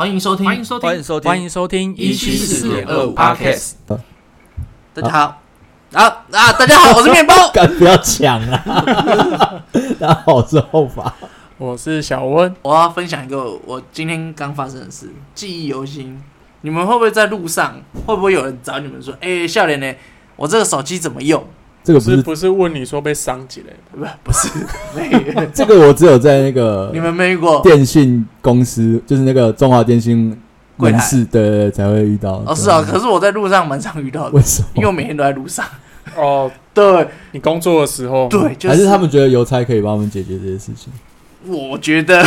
欢迎收听，欢迎收欢迎听，收听，欢迎收听一七四点二五 Podcast 大家好啊啊！大家好，我是 面包。 干不要抢啊！大家好，我是后法。我是小温。我要分享一个我今天刚发生的事，记忆犹新。你们会不会在路上，会不会有人找你们说：“哎、笑脸呢？我这个手机怎么用这个不不是是，不是问你说被伤几嘞？？”不，不是，没有，这个我只有在那个你们没遇过。电信公司，就是那个中华电信门市，对对对，才会遇到。哦，是啊，可是我在路上蛮常遇到的为，什因为么？我每天都在路上。哦，对你工作的时候，对，就还是他们觉得邮差可以帮我们解决这些事情？我觉得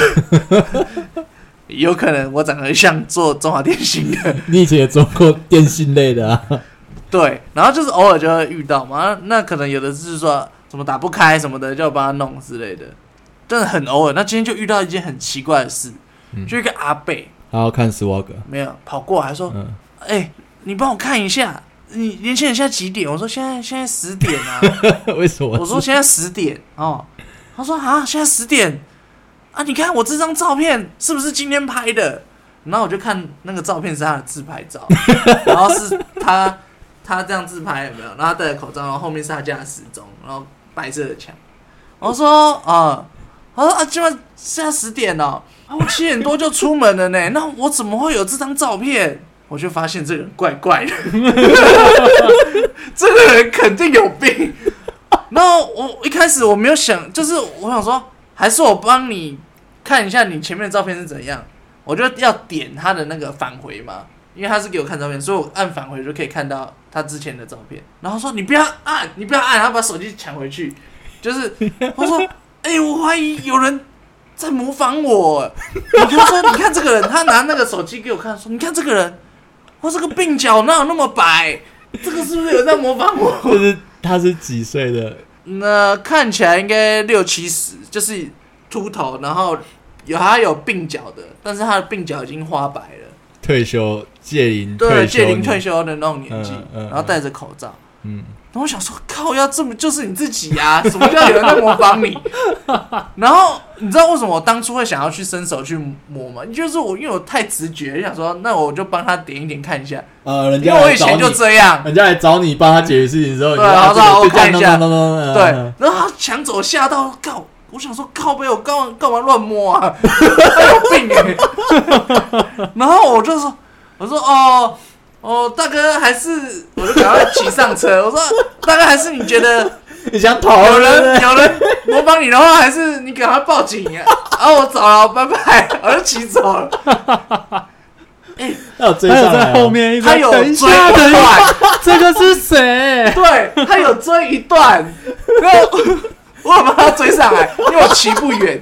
有可能我长得像做中华电信的，你以前也做过电信类的 啊？对，然后就是偶尔就会遇到嘛，那可能有的是说什么打不开什么的，就帮他弄之类的，但是很偶尔。那今天就遇到一件很奇怪的事，嗯就一个阿贝还要看 swag，没有跑过来说嗯，：“ 哎、你帮我看一下，你年轻人现在几点？”我说：“现在现在十点啊。为什”么？我说：“现在十点哦。”他说：“啊，现在十点啊？你看我这张照片是不是今天拍的？”然后我就看那个照片是他的自拍照， 然后是他他这样自拍有没有？然后他戴着口罩，然后后面是他家的时钟，然后白色的墙。我说啊，他说啊，今晚现在十点哦，啊，我七点多就出门了呢，那我怎么会有这张照片？我就发现这个人怪怪的， 这个人肯定有病。然后我一开始我没有想，就是我想说，还是我帮你看一下你前面的照片是怎样，我就要点他的那个返回嘛，因为他是给我看照片，所以我按返回就可以看到他之前的照片。然后说你不要按，你不要按，他把手机抢回去，就是我说，哎、我怀疑有人在模仿我。我就说，你看这个人，他拿那个手机给我看，说你看这个人，我这个鬓角哪有那么白？这个是不是有人在模仿我？就是他是几岁的？那看起来应该六七十，就是秃头，然后有他有鬓角的，但是他的鬓角已经花白了，退休届龄，对，届龄年退，休的那种年纪，嗯嗯嗯然后戴着口罩。嗯，然后我想说，靠，要这么就是你自己呀、 什么叫有人在模仿你？然后你知道为什么我当初会想要去伸手去摸吗？就是我因为我太直觉，想说那我就帮他点一点看一下，呃，人因家为我来以找前就你这样。人家来找你帮啊他解决事情之后，对然后说我看一下嗯对对，然后他抢走吓到靠，我想说靠背我干嘛干嘛乱摸啊？ 他有病欸 然后我就说，我说哦哦，大哥还是我就赶快骑上车，我 说大哥还是你觉 得。你想哦逃有人了？有人模仿你的话，还是你赶快报警啊！ 啊，我走了，拜拜， 我就骑走了。他有追他有上在来啊后，面 一直他有等追一一下，等一下，段，这个是谁？ 对他有追一段，然后 我有把他追上来，因为我骑不远，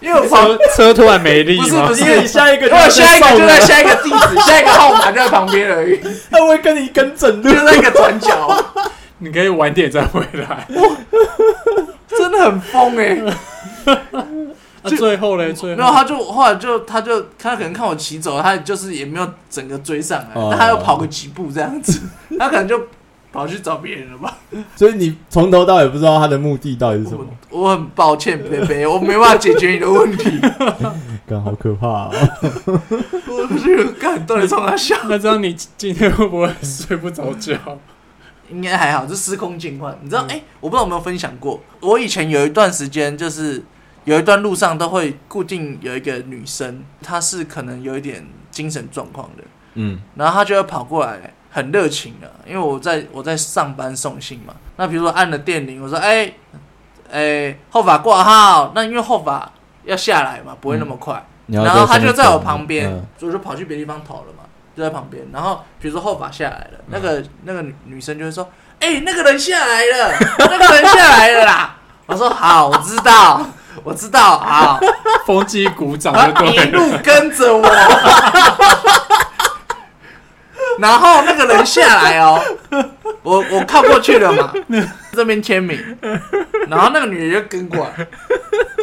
因为我旁车车突然没力不是吗不？是，因为你下 一个因为我下一个就在送了，下一个地址，下一个号码就在旁边 而已，他会跟你跟整路 就。在一个转角，你可以晚点再回来。 真的很疯哎、啊最后嘞，最然后后他就后来就他就他可能看我骑走，他就是也没有整个追上来，哦那他又跑个几步这样 子，他可能就跑去找别人了吧。所以你从头到尾不知道他的目的到底是什我么，我很抱歉，贝贝，我没办法解决你的问 题。干好可怕哦！我这个干到底冲他笑？那这样你今天会不会睡不着觉？ 应该还好，就司空见惯。你知道，哎、我不知道有没有分享过，我以前有一段时间就是有一段路上都会固定有一个女生，她是可能有一点精神状况的，嗯，然后他就会跑过来，很热情的，因为我在我在上班送信嘛。那比如说按了电铃，我说哎哎后法挂号，那因为后法要下来嘛，不会那么快。然然后他就在我旁边，嗯我就跑去别地方投了嘛，就在旁边。然后比如说后法下来了，那个那个女女生就会说：“哎、那个人下来了，那个人下来了啦。” 我说：“好，我知道，我知道，好。”风机鼓掌然就后啊一 对了。路跟着我， 然后那个人下来哦，我我靠过去了嘛，这边签名，然后那个女人就跟过来，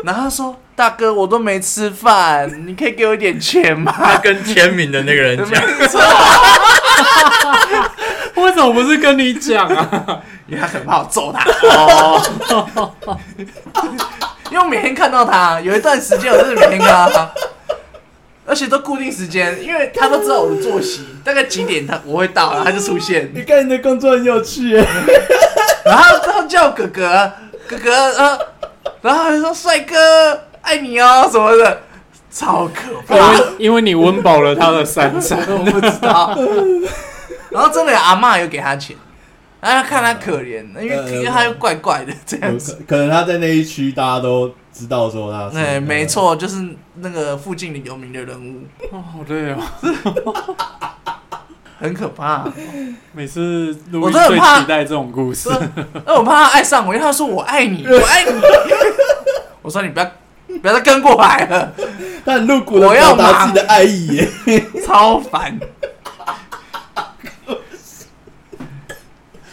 然后她说：“大哥，我都没吃饭，你可以给我一点钱吗 他跟签名的那个？”人 没，错，为什么不是跟你讲啊？因为他很怕我揍他哦。 因为我每天看到他，有一段时间我就是每天看到他，而且都固定时间，因为他都知道我的作息，大概几点他我会到，然后他就出现。你看你的工作很有 趣耶，然后他叫哥哥，哥哥呃，然后他就说帅哥爱你哦什么的，超可 因怕，为因为你温饱了他的三 餐，我不知道。然后真的有阿嬷有给他钱，然后他看他可怜，因为呃因为他又怪怪的这样有子。可可能他在那一区大家都知道说他是，嗯哎，没，错，就是那个附近的有名的人物，哦，好累哦。很可怕。每次录我音真的最怕期待这种故事对，那我怕他爱上我，因为他说我爱你，我爱你。 我说你不要不要再跟过来了，他很露骨的我要表达忙自己的爱意 耶，超烦。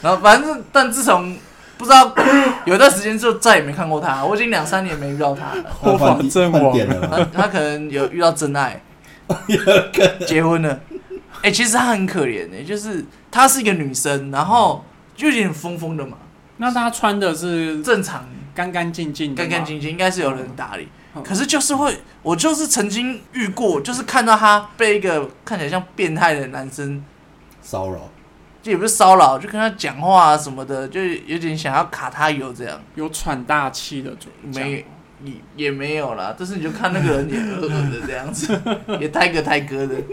然后反正，但自从不知道 有一段时间就再也没看过他，我已经两三年没遇到他了。我换反地正换我点 了他吧，他可能有遇到真爱，结婚了。哎、其实她很可怜的、就是她是一个女生，然后就有点疯疯的嘛，那他穿的是正常干干净净的干吗，干净净，应该是有人打理。嗯可是就是会，我就是曾经遇过，就是看到她被一个看起来像变态的男生，骚扰，就也不是骚扰，就跟他讲话啊什么的，就有点想要卡他油这样，有喘大气的嘴，没也也没有啦。但是你就看那个人也 恶恶的这样子，也胎哥胎哥的。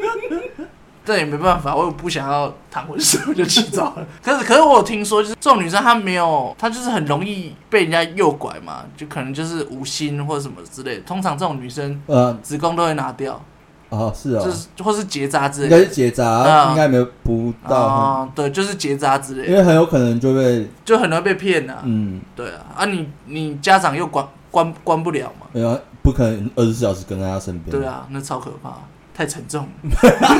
但也没办法，我也不想要躺浑水，我就去找了。可是，可是我有听说，就是这种女生，她没有，她就是很容易被人家诱拐嘛，就可能就是无心或者什么之类的。通常这种女生呃，子宫都会拿掉，哦，是哦就，是或是结扎之应类该的。是结扎，啊应该没有不到，啊，对，就是结扎之类因的，为很有可能就被，就很容易被骗呐、嗯，对啊，啊你你家长又关关关不了嘛，没有，不可能二十四小时跟在他身边，对，啊，那超可怕，太沉重了。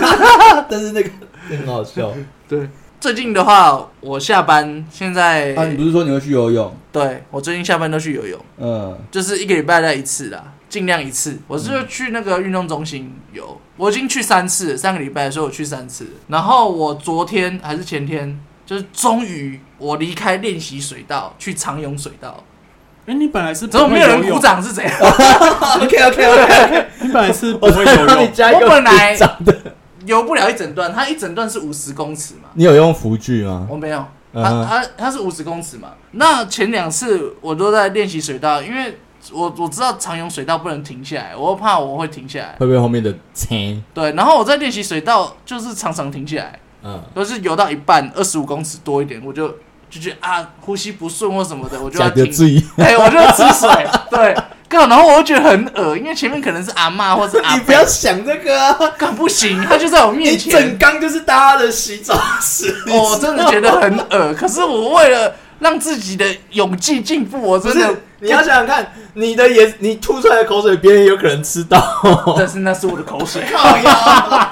但是那个很 好笑，对，最近的话，我下班现在、啊，你不是说你会去游泳？对我最近下班都去游泳，嗯，就是一个礼拜再一次啦，尽量一次。我是去那个运动中心游，我已经去三次了，上个礼拜的时候我去三次了，然后我昨天还是前天，就是终于我离开练习水道去长泳水道， 哎，你本来是只不有会没有哦人游鼓泳，掌是怎样？ OK OK OK，你本来是 不我会再游帮你泳，加一个我本来鼓掌的。游不了一整段，它一整段是五十公尺嘛，你有用浮具吗？我啊没有，嗯它它它是五十公尺嘛。那前两次我都在练习水道，因为我我知道长泳水道不能停下来，我又怕我会停下来。会不会后面的切？对，然后我在练习水道就是常常停下来，嗯，都是游到一半二十五公尺多一点，我就就觉得啊呼吸不顺或什么的，我就要假的停。醉，哎、我就要吃水，对，干，然后我又觉得很恶，因为前面可能是阿嬷或是阿 你伯不要想这个啊！干不行，他就在我你面前，哦整缸就是大家的洗澡水，我 真的觉得很恶，可是我为了让自己的勇气进步，我不真是的，你要想想看，你的也你吐出来的口水，别人有可能吃到。 但是那是我的口水，靠呀！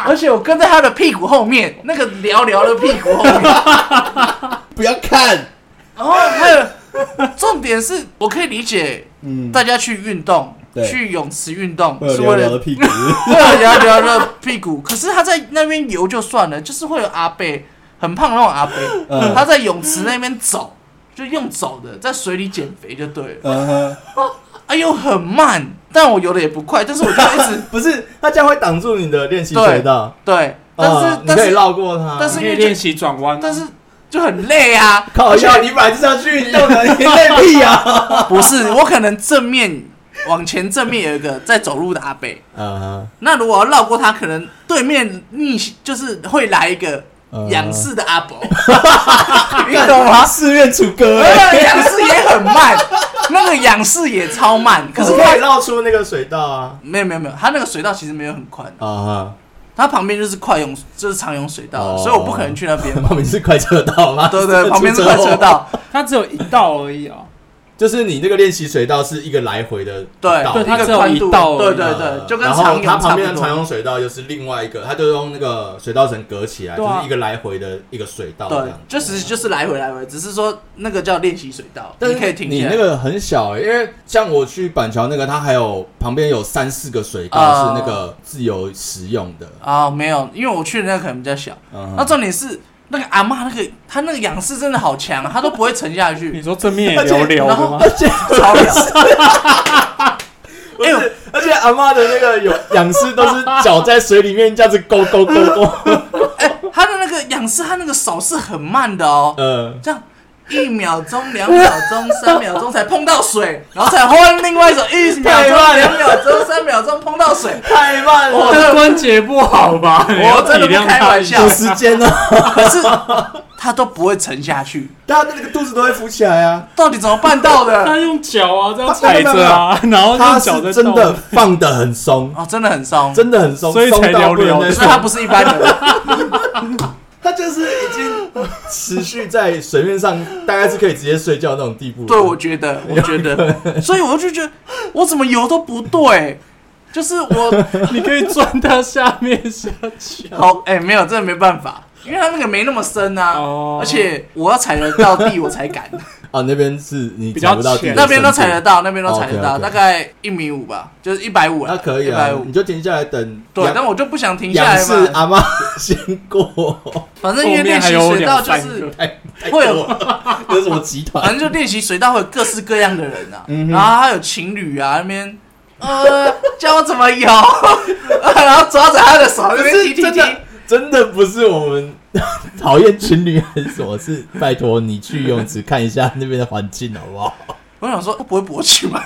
而且我跟在他的屁股后面，那个寥寥的屁股后面，不要看，然后还有重点是我可以理解嗯，大家去运动，对去泳池运动会有是聊为聊的了屁股， 为了寥寥的屁股， 可是他在那边游就算了，就是会有阿贝很胖的那种阿嗯贝，他在泳池那边走，就用走的，在水里减肥就对了。嗯哼，哎呦，很慢，但我游的也不快，但是我就一 直不是，它这样会挡住你的练习水道，对，但是、啊你但可以是绕过它。，但是你可以练习转弯啊，但是就很累啊靠呀！你本来就是要去运动 的，你累屁呀！ 不是我可能正面往前正面有一个在走路的阿北，嗯那如果要绕过他，可能对面逆就是会来一个哼，仰视的阿伯，你呃 干懂吗？四面楚歌欸那个仰视也很慢，那个仰视也超慢，可可是是可以他绕出那个水道啊！没有没有没有，他那个水道其实没有很宽，啊哈！它旁边就是快泳，就是长泳水道，哦所以我不可能去那边嘛。 旁边是快车道 吗？对 对，旁边是快车，道，它只有一道而已啊。就是你那个练习水道是一个来回的对，道嗯对它一只个有宽一度，道对而已对对，就跟然长后泳它差旁不边的长多。泳水道又是另外一个，它就用那个水道绳隔起来，对啊就是一个来回的一个水道这对样。，就其实就是来回来回，只是说那个叫练习水道，但你是可以停你下那来。个很小、欸，因为像我去板桥那个，它还有旁边有三四个水道啊是那个自由使用的。啊，没有，因为我去的那个可能比较小。嗯那重点是那个阿嬷那个她那个仰视真的好强啊，她都不会沉下 你去， 说正面也聊聊然的后吗？且超强。不是哎呦而而且阿妈的那个 有仰视都是脚在水里面这样子勾勾勾 勾，哎、他的那个仰视，他那个手是很慢的哦，呃，这样一秒钟、两秒钟、三秒钟才碰到水，然后才换另外一手，一秒 太钟、慢了两秒钟、三秒钟碰到水，太慢我了，的关节不 好吧？你要真的不体谅开他玩一笑下有时间哦呢，可是他都不会沉下去， 大家的那个肚子都会浮起来啊。到底怎么办到 的？他用脚啊，这样踩着啊，然后他用是脚在真动的，放的很松，哦，真的很松，真的很松，所以才松到不能聊聊再所松以他不是一般人。 他就是已经持续在水面上，大概是可以直接睡觉那种地步了。对，我觉得，我觉得，所以我就觉得我怎么游都不对，就是我。你可以钻到下面下去好哎、没有，真的没办法，因为它那个没那么深啊，哦而且我要踩得到地我才敢，啊，那边是你比较踩不到地的浅深度，那边都踩得到，那边都踩得到， OK，OK 大概一米五吧，就是一百五那可以一百啊，五你。就停下来等。对，仰但我就不想停下仰来视嘛，阿妈先过，反正因为练习后水面道还有就两三是个。太太会有多 了有什么集反 团？正就练习水道会有各式各样的人啊，嗯哼然后还有情侣啊那边，呃， 教我怎么游，然后抓着他的手，那可边踢是踢真踢，的真的不是我们 讨厌情侣还是什么？是拜托你去泳池看一下那边的环境好不好？我想说，哦不会勃起吗？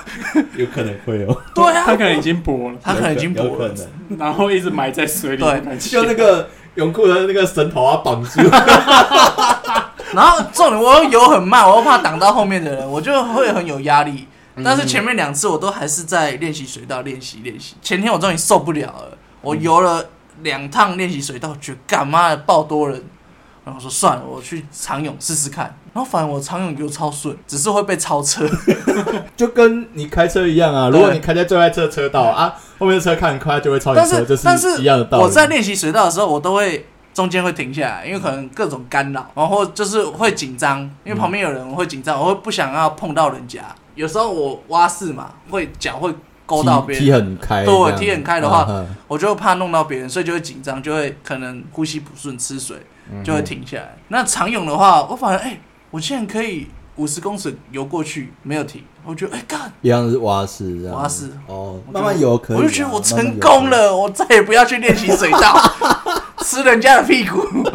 有可能会哦，对他可啊，能已经勃了，他可能已经有勃可了，能。然后一直埋在水里的对感觉。就那个泳裤的那个绳头啊 绑住，然后重点我又游很慢，我又怕挡到后面的人，我就会很有压力。但是前面两次我都还是在练习水道练习练习。前天我终于受不了了，我游了两趟练习水道，觉得干妈的爆多人。然后我说算了，我去长泳试试看。然后反正我长泳游超顺，只是会被超车。就跟你开车一样啊。对如果你开在最外侧车道啊，后面的车看很快就会超哦你但车，是就但一样的道理。我在练习水道的时候，我都会中间会停下来，因为可能各种干扰，然后就是会紧张，因为旁边有人我会紧张，我会不想要碰到人家。有时候我蛙式嘛，会脚会勾到别踢踢人，很开，对这样踢很开的话嗯哼我就怕弄到别人，所以就会紧张，就会可能呼吸不顺、吃水，嗯就会停下来。那长泳的话，我反而哎、我竟然可以五十公尺游过去，没有停，我觉得哎干。一样是蛙式这样。蛙式哦我，就慢慢游可以啊。我就觉得我成慢功慢游可以。了，我再也不要去练习水道， 吃人家的屁股。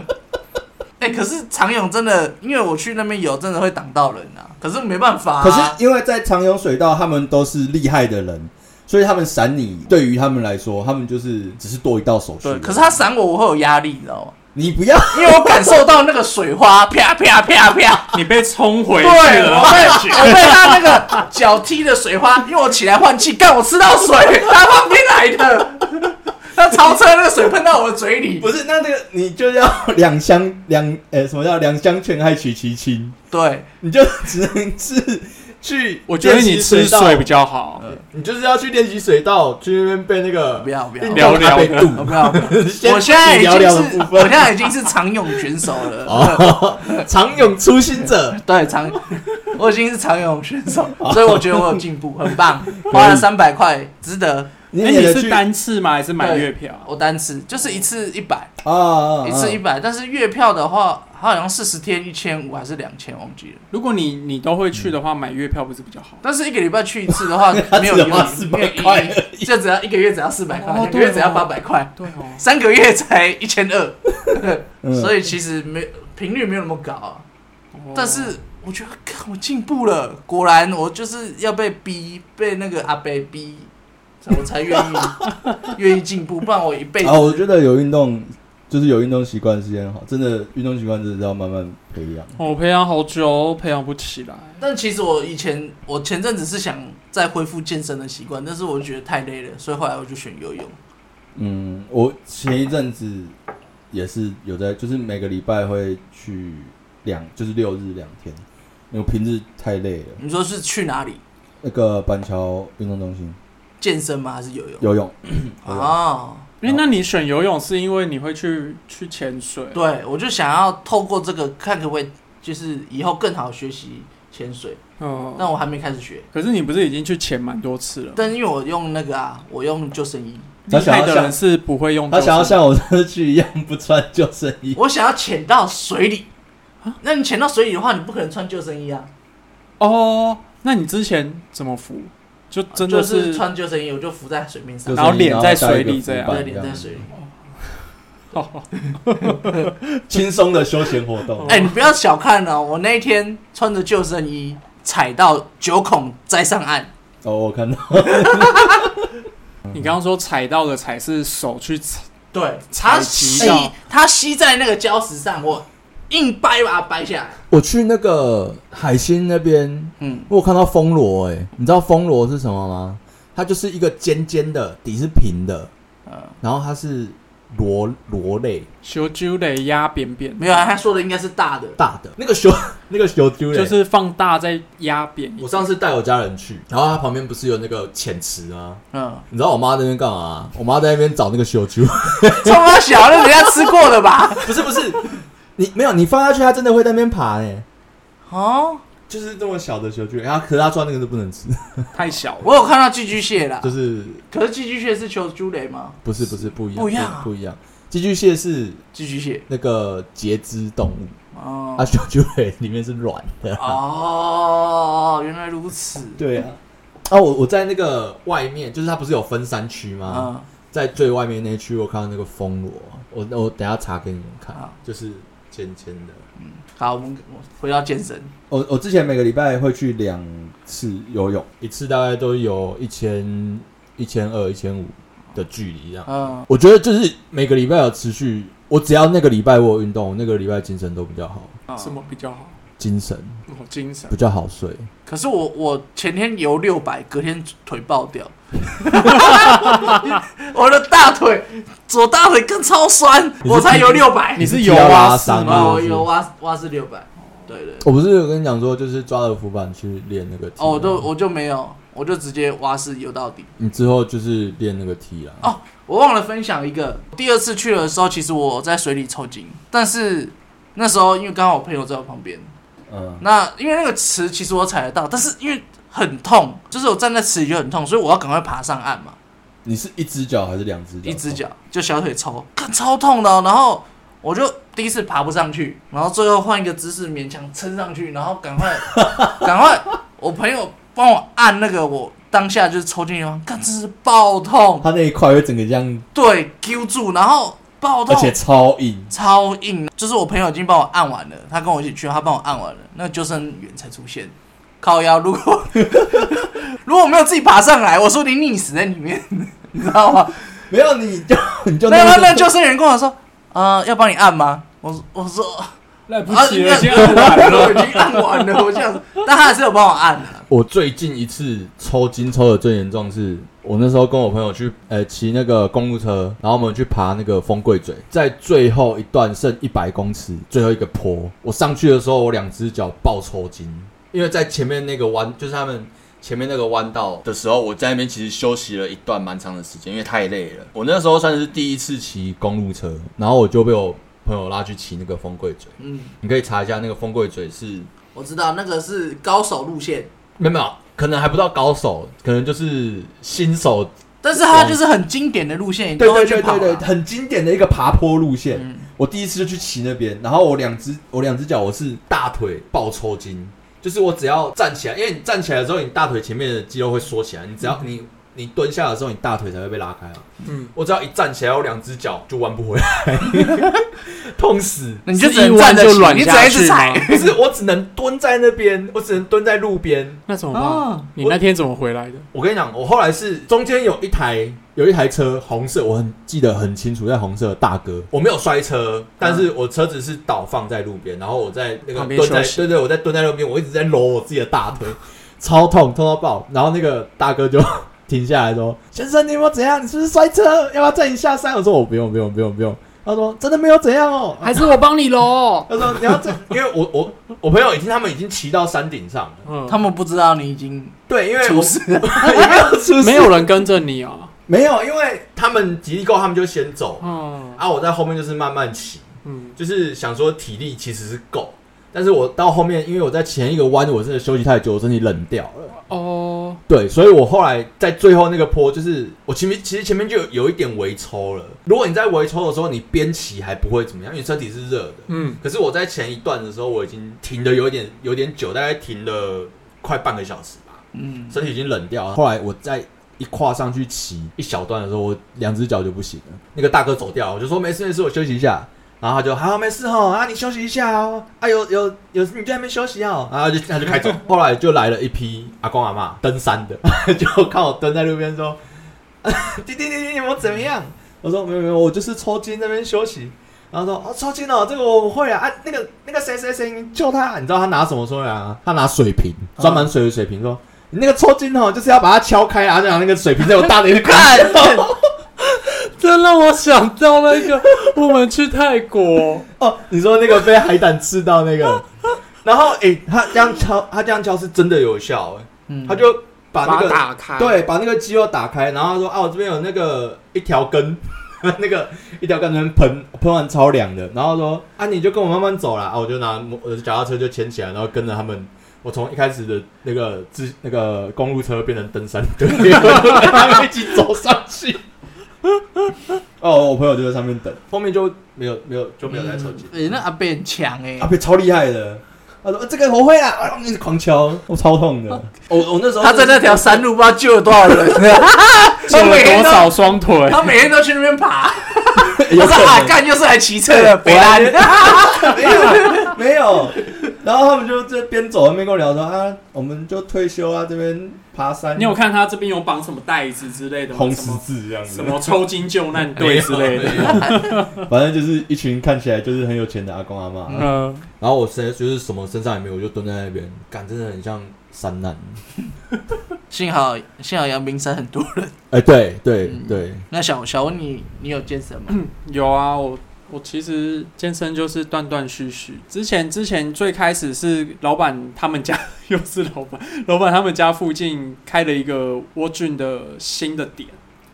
哎、可是长泳真的，因为我去那边游，真的会挡到人啊。可是没办法、啊，可是因为在长泳水道，他们都是厉害的人，所以他们闪你，对于他们来说，他们就是只是多一道手续而对，已。可是他闪我，我会有压力，你知道吗？你不要，因为我感受到那个水花啪啪啪啪，你被冲回对去了我，被我被他那个脚踢的水花，因为我起来换气，干我吃到水，他旁边来的，他超车那个水喷到我的嘴里不，是那那个，你就要两相两，呃、什么叫两相权害取其轻？对，你就只能是去，我觉得你吃水比较好，你就是要去练习水道，去那边被那个不要不要运动咖啡聊聊度。我不要。先我现在已聊经聊的是部，我分现在已经是常泳选手了。 哦，常泳初 心者，哎对，常，我已经是常泳选手，哦所以我觉得我有进步，很棒，花了三百块，值得。你哎，也你得是去单次吗？还是买月票？我单次就是一次一百，啊嗯啊，啊一次一百，但是月票的话，它好像四十天一千五还是两千，忘记了。如果你你都会去的话，买月票不是比较好？但是一个礼拜去一次的 话，没有只用，花没有400意块而义，就只要一个月只要四百块，哦两个对月只要哦八百块，对哦，三个月才一千二，嗯所以其实没频率没有那么高啊。哦但是我觉得，看我进步了，果然我就是要被逼，被那个阿伯逼，我才愿意愿意进步，不然我一辈子、啊，我觉得有运动，就是有运动习惯是件好，真的运动习惯真的是要慢慢培养。哦我培养好久，培养不起来。但其实我以前，我前阵子是想再恢复健身的习惯，但是我觉得太累了，所以后来我就选游泳。嗯，我前一阵子也是有在，就是每个礼拜会去两，就是六日两天，因为我平日太累了。你说是去哪里那个板桥运动中心健身吗？还是游泳？游泳，游泳哦，哎，那你选游泳是因为你会去去潜水？对，我就想要透过这个看可不可以，就是以后更好学习潜水。嗯，但我还没开始学，可是你不是已经去潜蛮多次了？但因为我用那个啊，我用救生衣。他厉想害要的人是不会用。他想要像我这次去一样不穿救生衣，我想要潜到水里。那你潜到水里的话，你不可能穿救生衣啊。哦，那你之前怎么浮？就真的就是是，穿救生衣，我就浮在水面上就是，然后脸在水里你这然样后对，带一个脸浮板在水里。哦轻松的休闲活动哦。哎、你不要小看了、我那一天穿着救生衣踩到九孔再上岸，哦，我看到，你刚刚说踩到的踩是手去踩，对，它踩吸急到它吸在那个礁石上，我硬掰把它掰下来。我去那个海星那边，嗯，我有看到风螺、欸，哎，你知道风螺是什么吗？它就是一个尖尖的，底是平的，呃，然后它是螺螺类，修啾得压扁扁，没有，啊，他说的应该是大的。大的那个球， 那个球丢嘞。就是放大再压扁。我上次带我家人去，然后它旁边不是有那个浅池吗？嗯，你知道我妈在那边干嘛？我妈在那边找那个小球，冲他小，那人家吃过的吧？ 不是不是，你没有你放下去，它真的会在那边爬欸呢、哦，就是这么小的球具，然后可是它抓那个是不能吃，太小了，我有看到寄居蟹啦就，是可是寄居蟹是球珠雷吗？不是不是不一样不一样啊不一样。寄居蟹是寄居蟹，那个节肢动物，哦、啊，小球类里面是软 的。哦，原来如此。对啊，啊，我我在那个外面，就是它不是有分三区吗？嗯，在最外面那区，我看到那个风螺，我我等一下查给你们看好，就是尖尖的。好，我们回到健身，我我之前每个礼拜会去两次游泳，一次大概都有一千、一千二、一千五的距离这样。嗯，我觉得就是每个礼拜有持续，我只要那个礼拜我有运动，那个礼拜精神都比较好，嗯什么比较好？精神我精神比较好睡。可是我我前天游六百，隔天腿爆掉， 我的大腿左大腿更超酸，你是我才游六百，你是有有啊拉是伤吗哦，是不是游蛙蛙是六百，对对，我不是有跟你讲说，就是抓着浮板去练那个踢吗。哦，我就我就没有，我就直接蛙式游到底。你之后就是练那个踢啦。哦我忘了分享一个，第二次去的时候，其实我在水里抽筋，但是那时候因为刚好我朋友在我旁边，嗯，那因为那个池其实我踩得到，但是因为很痛，就是我站在池里就很痛，所以我要赶快爬上岸嘛，你是一只脚还是两只脚？一只脚就小腿抽，看超痛的哦、然后我就第一次爬不上去，然后最后换一个姿势勉强撑上去，然后 赶快赶快，我朋友帮我按那个我当下就是抽筋的地方，看真是爆痛，它那一块会整个这样，对，揪住，然后爆而痛，且超硬。超硬，就是我朋友已经帮我按完了，他跟我一起去，他帮我按完了，那救生员才出现。靠腰，如果 如果我没有自己爬上来，我说你溺死在里面，你知道吗？没有你就 你就那那那救生员跟我说，呃，要帮你按吗？我说我说来不啊，及那了，已经按完我已了。经按完了，我这样子，但他还是有帮我按啊的、我最近一次抽筋抽的最严重是，我那时候跟我朋友去，呃，骑那个公路车，然后我们去爬那个风柜嘴，在最后一段剩一百公尺，最后一个坡，我上去的时候，我两只脚爆抽筋，因为在前面那个弯，就是他们。前面那个弯道的时候，我在那边其实休息了一段蛮长的时间，因为太累了。我那时候算是第一次骑公路车，然后我就被我朋友拉去骑那个风柜嘴。嗯，你可以查一下那个风柜嘴是我知道那个是高手路线，没有没有，可能还不到高手，可能就是新手。但是他就是很经典的路线，你对都对会去对跑、啊。对对，很经典的一个爬坡路线。嗯我第一次就去骑那边，然后我两只我两只脚我是大腿爆抽筋，就是我只要站起来，因为你站起来的时候，你大腿前面的肌肉会缩起来，你只要你你蹲下的时候，你大腿才会被拉开啊。嗯，我只要一站起来，我两只脚就弯不回来， 痛死！你就只是一能站弯着就起软你只下能一直去踩吗。不是，我只能蹲在那边，我只能蹲在路边。那怎么办？你那天怎么回来的？我跟你讲，我后来是中间有一台有一台车红色，我很记得很清楚，在红色的大哥，我没有摔车，但是我车子是倒放在路边，然后我在那个旁边蹲在休息对对，我在蹲在路边，我一直在揉我自己的大腿，超痛痛到爆，然后那个大哥就停下来说：“先生，你有没有怎样？你是不是摔车？要不要载你下山？”我说：“我不用不用不用不用。”他说：“真的没有怎样哦。”还是我帮你揉？他说：“你要这，因为我我我朋友已经他们已经骑到山顶上了，嗯，他们不知道你已经对，因为出我事也没有出事没有人跟着你啊。没有，因为他们体力够，他们就先走，嗯啊，我在后面就是慢慢骑，嗯，就是想说体力其实是够，但是我到后面，因为我在前一个弯我真的休息太久，我身体冷掉了，哦，对，所以我后来在最后那个坡，就是我前面其实前面就有有一点微抽了。如果你在微抽的时候，你边骑还不会怎么样，因为身体是热的。嗯，可是我在前一段的时候，我已经停的有点有点久，大概停了快半个小时吧。嗯，身体已经冷掉了。后来我再一跨上去骑一小段的时候，我两只脚就不行了。那个大哥走掉了，我就说没事没事，我休息一下。然后他就好、没事哦，啊你休息一下哦，啊有有有你在那边休息哦，然后他就他就开走。后来就来了一批阿公阿嬷登山的， 就看我蹲在路边说， 弟弟弟弟你们怎么样？我说没有没有，我就是抽筋那边休息。然后说哦抽筋哦，这个我会啊啊那个那个谁谁谁你救他，你知道他拿什么出来啊？他拿水瓶，装满水的水瓶说。你那个抽筋哦，就是要把它敲开啊，然后让那个水瓶在我大的一个孔看，这让我想到那个我们去泰国，哦，你说那个被海胆刺到那个，然后诶、他这样敲，他这样敲是真的有效、诶嗯他就把那它个打开，对，把那个肌肉打开，然后他说啊，我这边有那个一条根， 那个一条根能喷，喷完超凉的。然后说啊，你就跟我慢慢走啦，啊，我就拿摩我的脚踏车就牵起来，然后跟着他们。我从一开始的那个自那个公路车变成登山 队，跟他们一起走上去。哦，我朋友就在上面等，后面就没有没有就没有再抽筋。诶、那阿伯很强哎、阿贝啊超厉害的。他说、啊这个我会啊，啊一直狂敲，我超痛哦的。我我那时候 他在那 条山路不知道救了多少人，救了多少双腿？他每天都去那边爬。有我可说啊，能干又是来骑车的，北兰。没有 没有，然后他们就这边走那边跟我聊说啊，我们就退休啊，这边爬山， 你有看他这边有绑什么袋子之类的吗？红什十么字啊这样子什，么抽筋救难队之类的？的。反正就是一群看起来就是很有钱的阿公阿妈、嗯，然后我身就是什么身上也没有，我就蹲在那边，感真的很像山难。幸好幸好阳明山很多人。 哎、对对嗯对，那小小文你你有健身吗？有啊，我我其实健身就是断断续续。之前之前最开始是老板他们家， 又是老板，老板他们家附近开了一个窝菌的新的点。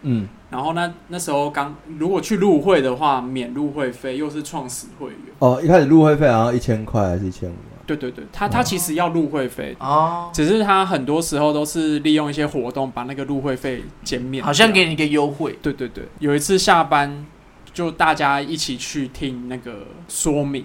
嗯，然后那那时候刚如果去入会的话，免入会费，又是创始会员。哦，一开始入会费好像一千块还是一千五啊？对对对，他他其实要入会费，哦，只是他很多时候都是利用一些活动把那个入会费减免掉，好像给你一个优惠。对对对，有一次下班就大家一起去听那个说明，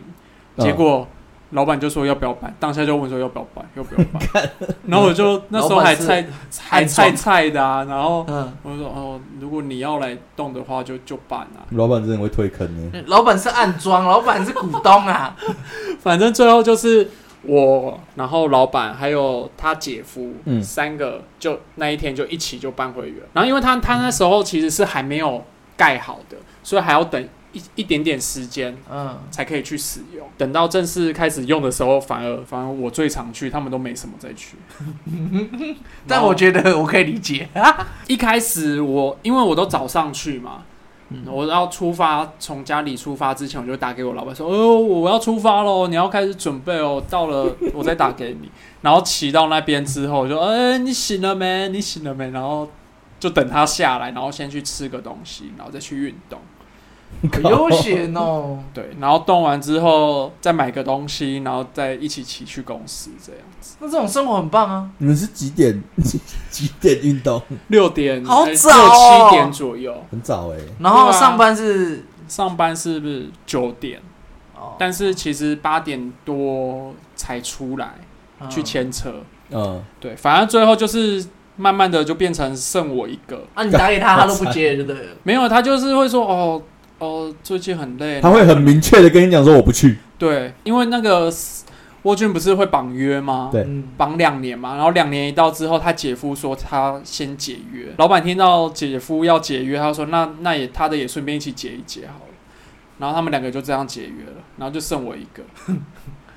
哦嗯结果老板就说要不要办，当下就问说要不要办， 要不要办。然后我就那时候还菜还暗爽菜菜的啊，然后嗯，我就说哦，如果你要来动的话就就办啊，老板真的会推坑欸嗯呢，老板是暗装，老板是股东啊。反正最后就是。我，然后老板还有他姐夫，嗯三个就那一天就一起就办会员。然后因为他他那时候其实是还没有盖好的，所以还要等一一点点时间， 嗯，才可以去使用。等到正式开始用的时候，反而反而我最常去，他们都没什么再 去。但我觉得我可以理解。一开始我因为我都早上去嘛，嗯我要出发，从家里出发之前，我就打给我老板说：“哦，我要出发喽，你要开始准备哦，到了我再打给你。” 然后骑到那边之后，我就：“哎、你醒了没？你醒了没？”然后就等他下来，然后先去吃个东西，然后再去运动。好悠闲哦。对，然后动完之后再买个东西，然后再一起骑去公司这样。那这种生活很棒啊。你们是几点 几点运动？六点，好呃早六哦七点左右。很早哎、然后上班是上班是不是九点？哦但是其实八点多才出来嗯去牵车。嗯，对，反正最后就是慢慢的就变成剩我一个，啊，你打给他，他都不接，对不对了？没有他就是会说哦哦，最近很累。他会很明确的跟你讲说我不去，对，因为那个沃俊不是会绑约吗？对嗯，绑两年嘛，然后两年一到之后，他姐夫说他先解约，老板听到姐夫要解约，他说那那也他的也顺便一起解一解好了，然后他们两个就这样解约了，然后就剩我一个，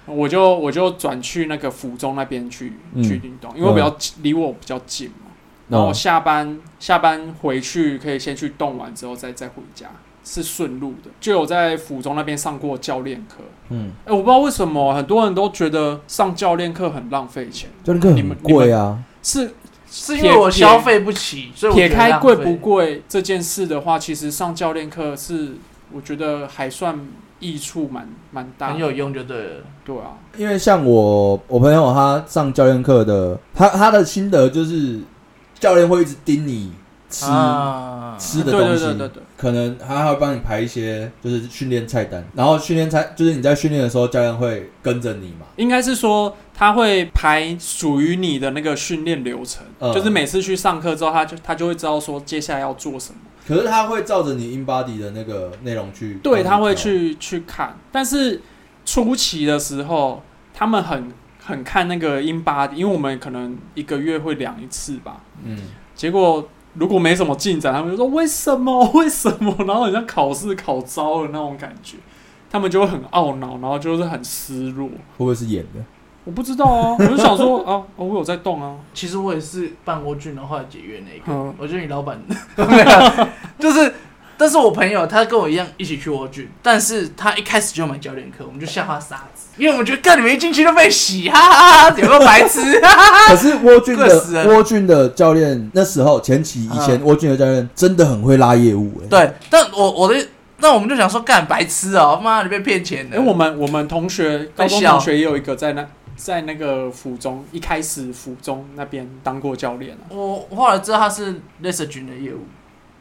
我就我就转去那个府中那边去、嗯去运动，因为比较离我比较近嘛，然后我下班下班回去可以先去动完之后再再回家，是顺路的，就有在府中那边上过教练课，嗯，哎、我不知道为什么很多人都觉得上教练课很浪费钱。教练课你很们贵啊，是是因为我消费不起，所以我撇觉得开浪贵费不贵这件事的话，其实上教练课是我觉得还算益处蛮蛮大的，很有用就对了。对啊，因为像我我朋友他上教练课的，他他的心得就是教练会一直盯你吃、啊，吃的对东对西，对对对，可能他还会帮你排一些就是训练菜单，然后训练菜就是你在训练的时候，教练会跟着你嘛。应该是说他会排属于你的那个训练流程，呃嗯就是每次去上课之后，他就他就会知道说接下来要做什么。可是他会照着你 in body 的那个内容去，对，他会。去去看，但是初期的时候，他们很很看那个 in body，因为我们可能一个月会量一次吧。嗯，结果如果没什么进展，他们就说为什么为什么，然后很像考试考糟了那种感觉，他们就会很懊恼，然后就是很失落。会不会是演的？我不知道啊，我就想说啊，哦我有在动啊，其实我也是办过去，然后后来解约那一个。嗯我觉得你老 板没有就是，但是我朋友他跟我一样一起去蜗居，但是他一开始就买教练课，我们就吓他傻子，因为我们觉得干你们一进去就被洗，哈哈哈，有个白 痴，哈哈啊可是沃俊个死人的沃俊的教练那时候前期以啊前沃俊的教练真的很会拉业务、欸，对，但我我的，那我们就想说干白痴哦、妈你被骗钱哎、的，我们我们同学高中笑同学也有一个在那在那个府中，一开始府中那边当过教练啊。我我后来知道他是 l e s s 群的业务，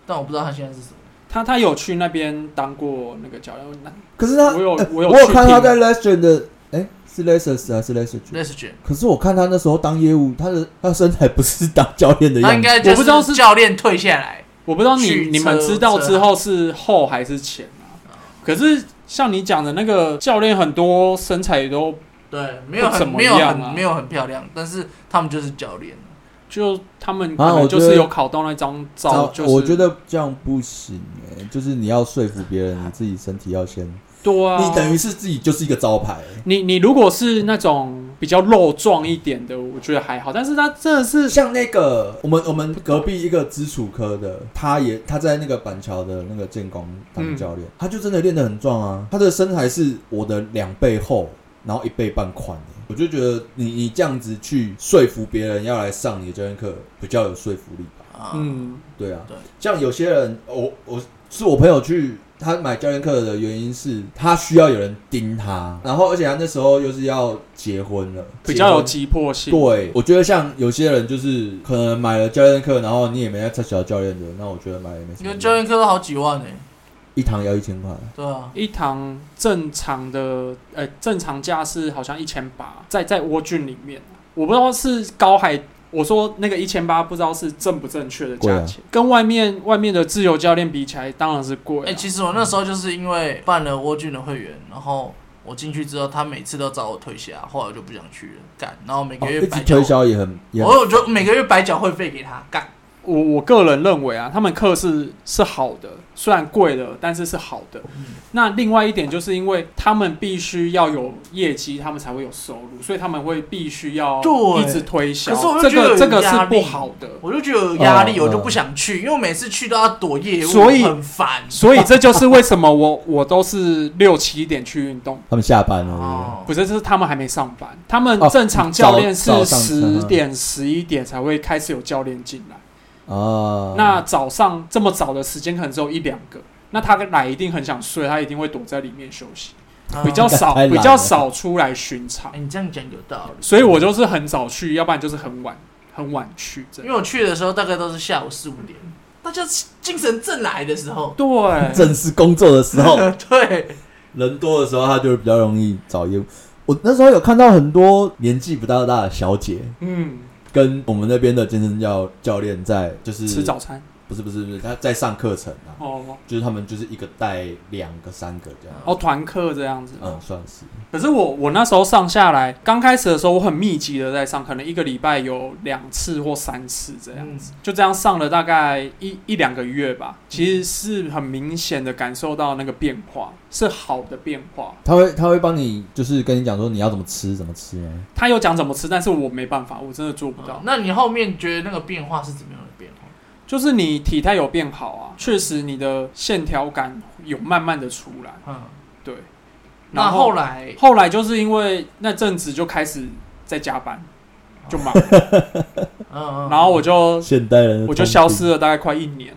但我不知道他现在是什么。他他有去那边当过那个教练，那可是他我有欸我有我有去看听啊他在 Lesson 的，哎、是 Lesson 还是 Lesson？ l e s s 群，可是我看他那时候当业务，他的他身材不是当教练的样他子，应该就我不知道是教练退下来，我不知道你去你们知道之后是后还是前啊？可是像你讲的那个教练，很多身材也都对，没有不怎很么没有样很啊没有很漂亮，但是他们就是教练。就他们可啊能我就觉得是有考到那张照，就是我觉得这样不行、欸，就是你要说服别人，你自己身体要先，对啊，你等于是自己就是一个招牌、你你如果是那种比较肉壮一点的，我觉得还好，但是他真的是像那个我们我们隔壁一个基础科的，他也他在那个板桥的那个建工当教嗯练，他就真的练得很壮啊，他的身材是我的两倍厚，然后一倍半宽的。我就觉得你你这样子去说服别人要来上你的教练课，比较有说服力吧？啊，嗯，对啊，对像有些人，我我是我朋友去他买教练课的原因是他需要有人盯他，然后而且他那时候又是要结婚了，比较结有婚急迫性。对，我觉得像有些人就是可能买了教练课，然后你也没在参小教练的，那我觉得买了也没什因为么用。教练课都好几万呢、一堂要一千块，对啊，一堂正常的，呃，正常价是好像一千八，在在蜗郡里面，我不知道是高还，我说那个一千八不知道是正不正确的价钱，跟外面外面的自由教练比起来，当然是贵啊、哎、其实我那时候就是因为办了蜗居的会员，然后我进去之后，他每次都找我推销，后来我就不想去了，干，然后每个哦月一白直缴，推销也很也很我有就每个月白缴会费给他，干，我我个人认为啊，他们课是是好的，虽然贵了，但是是好的。嗯那另外一点就是因为他们必须要有业绩，他们才会有收入，所以他们会必须要对一直推销可是我。这就觉得个有这个是压力不好的，我就觉得有压力，哦我就不想去，因为我每次去都要躲业务，所以很烦。所以这就是为什么我我都是六七点去运动，他们下班嗯了，哦不，是，是他们还没上班，他们哦正常教练是早早上十点十一点才会开始有教练进来。对不对？啊，哦那早上这么早的时间可能只有一两个，那他来一定很想睡，他一定会躲在里面休息，比较啊太少懒了比较少出来巡场嗯哎、，你这样讲有道理。所以我就是很早去，要不然就是很晚很晚去这因样。为我去的时候大概都是下午四五点，大家精神正来的时候，对，正式工作的 时候， 对，人多的时候，他就比较容易找业务。我那时候有看到很多年纪不大大的小姐嗯，跟我们那边的健身教教练在，就是吃早餐不是不是不是，他在上课程啊，哦，就是他们就是一个带两个三个这样，哦团课这样子。嗯，算是可是我我那时候上下来，刚开始的时候我很密集的在上，可能一个礼拜有两次或三次这样，嗯就这样上了大概一一两个月吧。其实是很明显的感受到那个变化，是好的变化。他会他会帮你，就是跟你讲说你要怎么吃怎么吃吗？他有讲怎么吃，但是我没办法，我真的做不到。那你后面觉得那个变化是怎么样的变化？就是你体态有变好啊，确实你的线条感有慢慢的出来，嗯，对。那然后后来后来就是因为那阵子就开始在加班，就忙，嗯嗯，然后我就现代人的我就通病消失了大概快一年。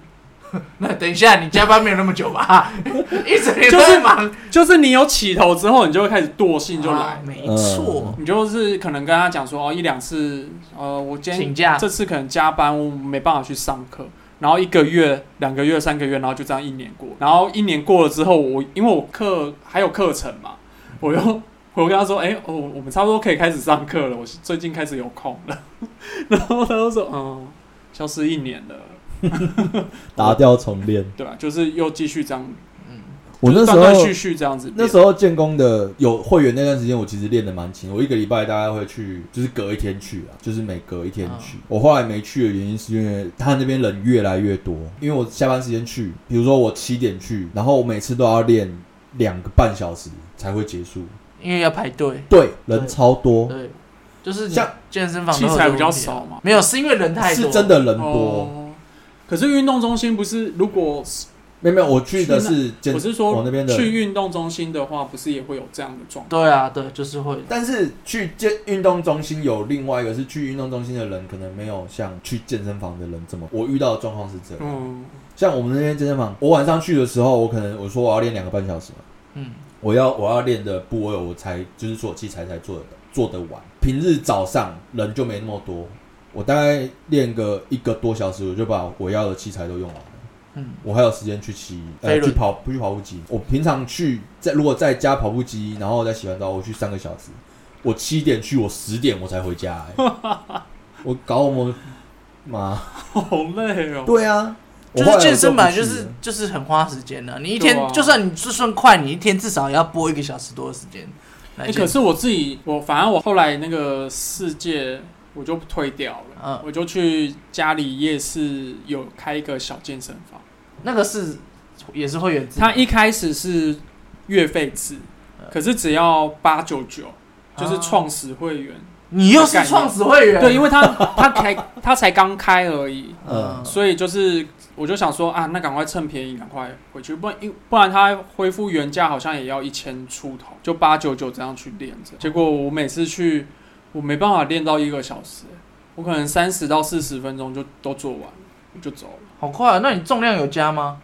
那等一下，你加班没有那么久 吧？一整天都就是在忙，就是你有起头之后，你就会开始惰性就来啊，没嗯错，你就是可能跟他讲说哦一两次，呃，我今请天假这次可能加班，我没办法去上课，然后一个月、两个月、三个月，然后就这样一年过。然后一年过了之后，我因为我课还有课程 嘛，我又我跟他说，哎、哦，我们差不多可以开始上课了，我最近开始有空了。 然后他就说，嗯，消失一年了，打掉重练。对吧、啊就是又继续这样，嗯我那时就是断断候续续这样子练，那时候建工的有会员那段时间，我其实练的蛮勤，我一个礼拜大概会去，就是隔一天去啊，就是每隔一天哦去。我后来没去的原因是因为他那边人越来越多，因为我下班时间去，比如说我七点去，然后我每次都要练两个半小时才会结束，因为要排队，对，人超多，对，就是你像健身房器都有材这个比较问题啊少嘛没有是因为人太多，是真的人多。哦。可是运动中心不是，如果没有没有，我去的是健我，是说我那边的去运动中心的话，不是也会有这样的状况？对啊，对，就是会但是去健运动中心有另外一个是去运动中心的人，可能没有像去健身房的人这么。我遇到的状况是这样。嗯，像我们那边健身房，我晚上去的时候，我可能我说我要练两个半小时嘛，嗯，我要我要练的部位我才就是做器材才做得做得完。平日早上人就没那么多，我大概练个一个多小时，我就把我要的器材都用完了。嗯，我还有时间去骑飞呃去轮跑不去跑步机。我平常去在如果在家跑步机，然后再洗完澡，我去三个小时。我七点去，我十点我才回家、欸 我搞我们妈，好累 哦。对啊，我就后是来健身不本来就去是了就是很花时间的、你一对天、啊就算你是算快，你一天至少也要播一个小时多的时间来欸健可身。是我自己，我反正我后来那个世界我就退掉了，嗯我就去家里夜市有开一个小健身房。那个是也是会员制吗，它一开始是月费制嗯，可是只要八九九，就是啊创始会员。你又是创始会员，对，因为它它才它才刚开而已，嗯所以就是我就想说啊，那赶快趁便宜赶快回去，不然因不然它恢复原价好像也要一千出头，就八九九这样去练着。结果我每次去，我没办法练到一个小时，我可能三十到四十分钟就都做完了，我就走了。好快、啊。那你重量有加吗？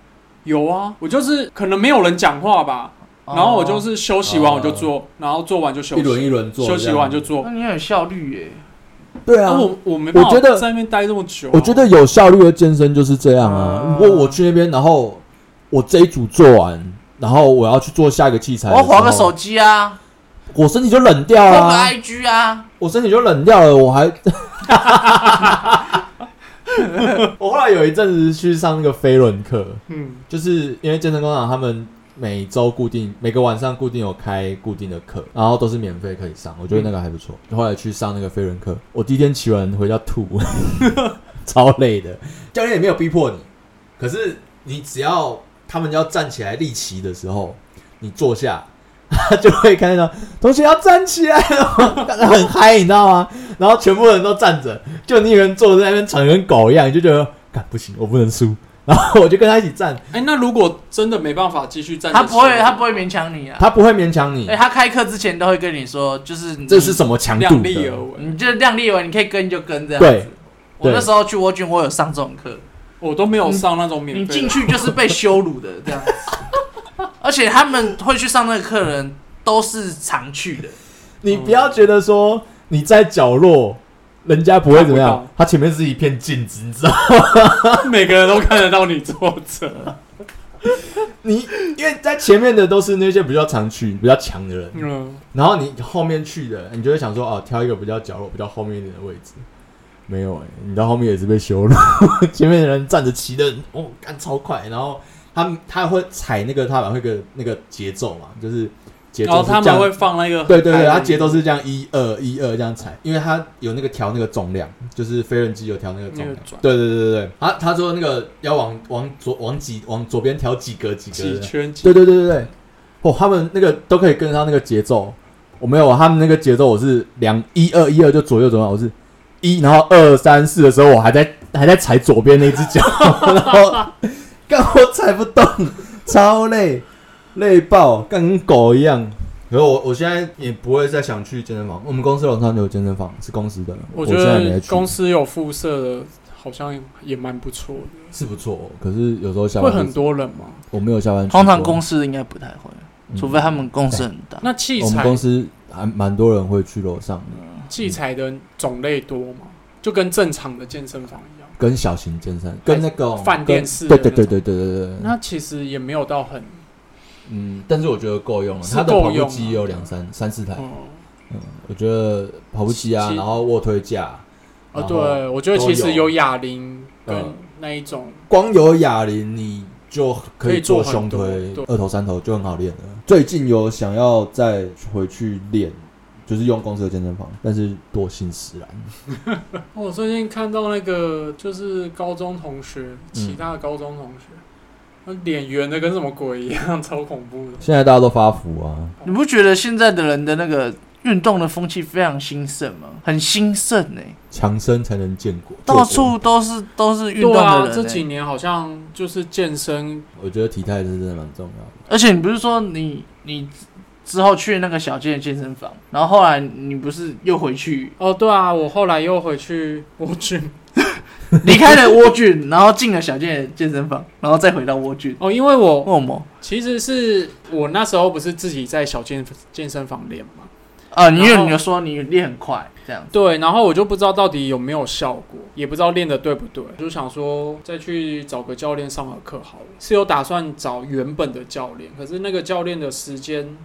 有啊，我就是可能没有人讲话吧，哦然后我就，是休息完我就做，然后做完就休一轮息，一轮做，休息完就做哦那。你很有效率耶、对啊。啊哦我我没办法我觉得在那边待这么久啊、我觉得有效率的健身就是这样啊。啊如果我去那边，然后我这一组做完，然后我要去做下一个器材，我要划个手，机啊，我身体就冷掉划了、个啊， IG 啊，我身体就冷掉了，我还。 我后来有一阵子去上那个飞轮课，嗯，就是因为健身工厂他们每周固定每个晚上固定有开固定的课，然后都是免费可以上，我觉得那个还不错。后来去上那个飞轮课，我第一天骑完回家吐， 超累的。教练也没有逼迫你，可是你只要他们要站起来立旗的时候，你坐下。他就会看到同学要站起来了， 很嗨，你知道吗？然后全部人都站着，就你一个人坐在那边喘跟狗一样，你就觉得，干不行，我不能输。然后我就跟他一起站，哎、那如果真的没办法继续站着他骑，不会他不会勉强你啊。他不会勉强你哎、，他开课之前都会跟你说，就是你这是什么强度量力而的？为，你就量力而为，你可以跟就跟这样。嗯对，我那对时候去沃君，我有上这种课，我都没有上那种免嗯你费的进。去就是被羞辱的这样子。而且他们会去上那个课的人都是常去的，你不要觉得说你在角落，人家不会怎看么不样到，他前面是一片镜子，你知道 吗？ 每个人都看得到你坐着。你因为在前面的都是那些比较常去、比较强的人，嗯，然后你后面去的，你就会想说哦，挑一个比较角落、比较后面一点的位置。没有哎、你到后面也是被羞辱， 前面的人站着骑的，哦，干超快，然后他他会踩那个踏板，会有个那个节奏嘛，就是节然后奏是哦他这样们会放那个，对对对，它节奏是这样一二一二这样踩，因为它有那个调那个重量，就是飞轮机有调那个重那量个转。对对对对对，他他说那个要往往左往几往左边调几格几几格的。圈几对对对对对，哦，他们那个都可以跟上那个节奏。我没有啊，他们那个节奏我是两一二一二就左右左右，我是一，然后二三四的时候我还在还在踩左边那只脚， 然后干我踩不动，超累，累爆，干跟狗一样。可是我我现在也不会再想去健身房，我们公司楼上有健身房，是公司的，我觉现在没得在去公司有附设的，好像也蛮不错的。是不错，可是有时候下会班很多人吗？我没有下班去过，嗯通常公司应该不太会，嗯除非他们公司很大。那器我们材公司还蛮多人会去楼上的。器材的种类多吗？就跟正常的健身房一样。跟小型健身，跟那个饭店式的对那种对对对对对对对，那其实也没有到很，嗯，但是我觉得够用了，是它的跑够步用啊机有两三三四台，嗯，我觉得跑步机啊，其然后卧推架，啊，然后对，我觉得都其实有有哑铃跟嗯那一种，光有哑铃你就可可以以做做很胸多推对、二头、三头就很好练了。最近有想要再回去练，就是用公司的健身房，但是惰性使然，哦我最近看到那个就是高中同学，其他的高中同学，那脸圆的跟什么鬼一样， 超恐怖的。现在大家都发福啊，你不觉得现在的人的那个运动的风气非常兴盛吗？很兴盛呢、欸强身才能建国，到做国。处都是都是运动啊对啊的，人、欸这几年好像就是健身，我觉得体态是真的蛮重要的。而且你不是说你你之后去那个小健健身房，然后后来你不是又回 去哦，对啊，我后来又回去我去，离开了蜗苣，然后进了小健健身房，然后再回到蜗苣。哦，因为我为什么？其实是我那时候不是自己在小健健身房练嘛，啊，你然有后你有说你练很快这样子，对，然后我就不知道到底有没有效果，也不知道练的对不对，就想说再去找个教练上个课好了。是有打算找原本的教练，可是那个教练的时间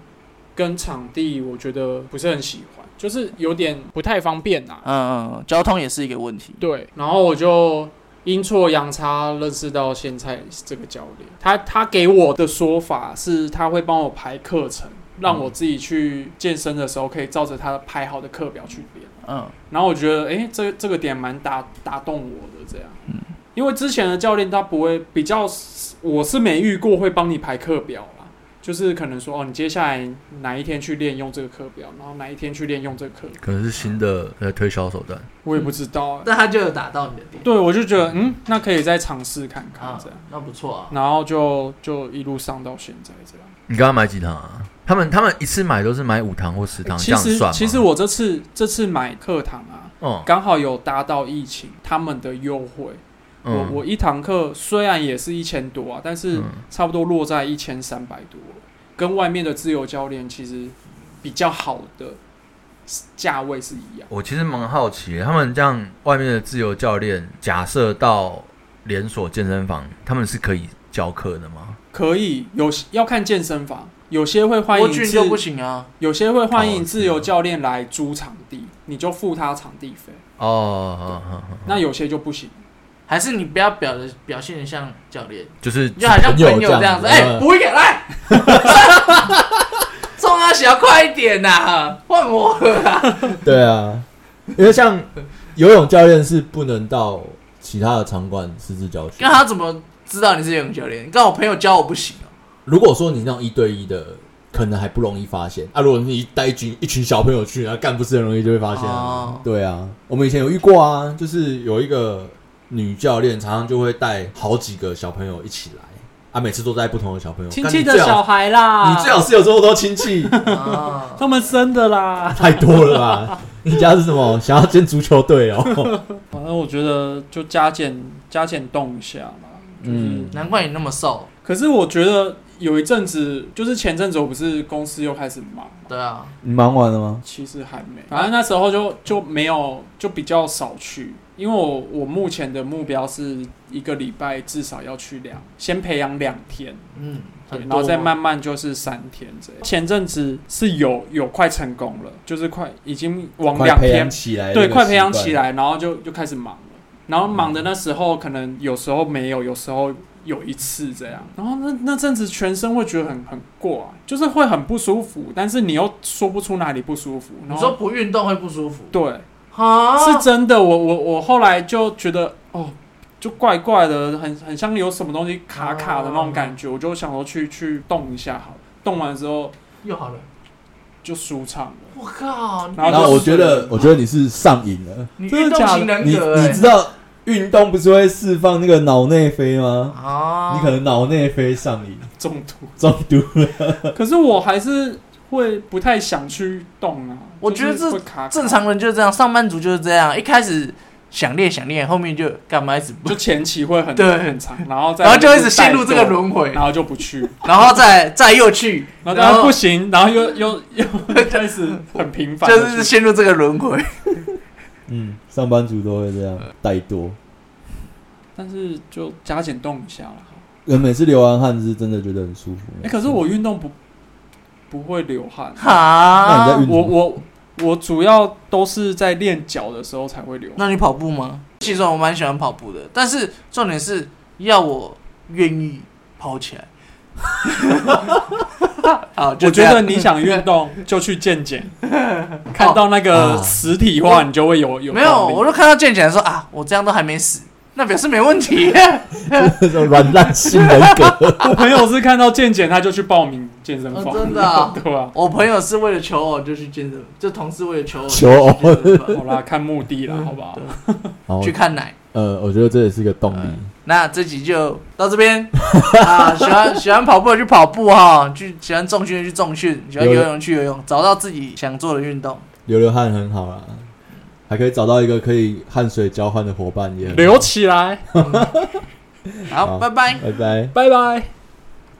跟场地，我觉得不是很喜欢，就是有点不太方便呐、嗯，嗯交通也是一个问题。对，然后我就阴错阳差认识到现在这个教练，他他给我的说法是，他会帮我排课程，让我自己去健身的时候可以照着他排好的课表去练。嗯，然后我觉得，哎、这这个点蛮打打动我的，这样。嗯因为之前的教练他不会比较，我是没遇过会帮你排课表啦，就是可能说哦，你接下来哪一天去练用这个课表，然后哪一天去练用这个课表，可能是新的呃推销手段，我也不知嗯道、欸。但他就有打到你的点对，我就觉得嗯，那可以再尝试看看啊这样，，那不错啊。然后就就一路上到现在这样。你刚刚买几堂啊？他们他们一次买都是买五堂或十堂，这哎其样实算吗？其实我这次这次买课堂啊，哦，刚好有搭到疫情他们的优惠，嗯我我一堂课虽然也是一千多啊，但是嗯差不多落在一千三百多，跟外面的自由教练其实比较好的价位是一样。我其实蛮好奇，他们这样外面的自由教练，假设到连锁健身房，他们是可以教课的吗？可以有要看健身房，有些会欢蜗迎苣自就不行啊，有些会欢迎哦自由教练来租场地，你就付他场地费。哦，好好好那有些就不行，还是你不要表的表现的像教练，就是你就好像朋友朋友这这样样子，子哎，补一点来， 冲他小快一点呐，换我了啊。 对啊，因为像游泳教练是不能到其他的场馆私自教学那。啊他怎么知道你是游泳教练？你跟我朋友教我不行哦。如果说你那种一对一的，可能还不容易发现啊。如果你带一群一群小朋友去，那干不是很容易就会发现啊。哦对啊，我们以前有遇过啊，就是有一个女教练，常常就会带好几个小朋友一起来啊，每次都带不同的小朋友。亲戚干的小，孩啦，你最好你最好是有这么多亲戚，哦他们生的啦。太多 了吧？你家是什么？想要建足球队哦？反正我觉得就加减加减动一下嘛，就是。嗯难怪你那么瘦。可是我觉得有一阵子，就是前阵子我不是公司又开始忙嘛，对啊，你忙完了吗？其实还没，反正那时候就就没有，就比较少去，因为我我目前的目标是一个礼拜至少要去两，先培养两天，嗯，对，很然多后再慢慢就是三天这样。前阵子是有有快成功了，就是快已经往快两培天养起来，对，快培养起。来，然后就就开始忙了。然后忙的那时候，可能有时候没有，有时候有一次这样。然后那那阵子全身会觉得很很怪、就是会很不舒服，但是你又说不出哪里不舒服。然你说后不运动会不舒服对，啊？是真的。我我我后来就觉得哦，就怪怪的，很很像有什么东西哦卡卡的那种感觉。我就想说去去动一下好了，动完之后又好了。就舒畅了。我靠！然然后后就我觉得，我觉得你是上瘾了。你真运的动假的欸型人你格哎、你知道运动不是会释放那个脑内啡吗？啊？哦你可能脑内啡上瘾，中毒。中 毒了。可是我还是会不太想去动啊。我觉得就是这会卡卡正常人就是这样，上班族就是这样，一开始想练想练，后面就干嘛一直不 就，前期会很对很长，然后再然后就一直陷入这个轮带回动，，然后就不去， 然后再再又 去，然后然大家后不行，然后又又 又开始很频繁就地去， 是陷入这个轮回。嗯，上班族都会这样怠惰。但是就加减动一下啦。人呃每次流完汗是真的觉得很舒服。哎、可是我运动不不会流汗，那你在哈，运我动，我我主要都是在练脚的时候才会流汗。那你跑步吗？其实我蛮喜欢跑步的，但是重点是要我愿意跑起来。 好，就我这觉样得你 想运动就去健检，看到那哦个实体化，你就会有有啊没有，动力我就看到健检说啊，我这样都还没死，那表示没问 题。这种软烂性人 格，我朋友是看到健检他就去报名健身哦房，真的啊 对吧、我朋友是为了求偶就去健身，就同事为了求偶求偶就去健身好房啦，看目的啦，嗯好不好？好去，看奶。呃，我觉得这也是一个动力。嗯那这集就到这边 啊！喜欢喜欢跑步的去跑步哈，去喜欢重训的去重训，喜欢游泳去游泳，找到自己想做的运动。流流汗很啊好啦，还可以找到一个可以汗水交换的伙伴，也很好留起来，好，好拜拜。拜拜。拜拜。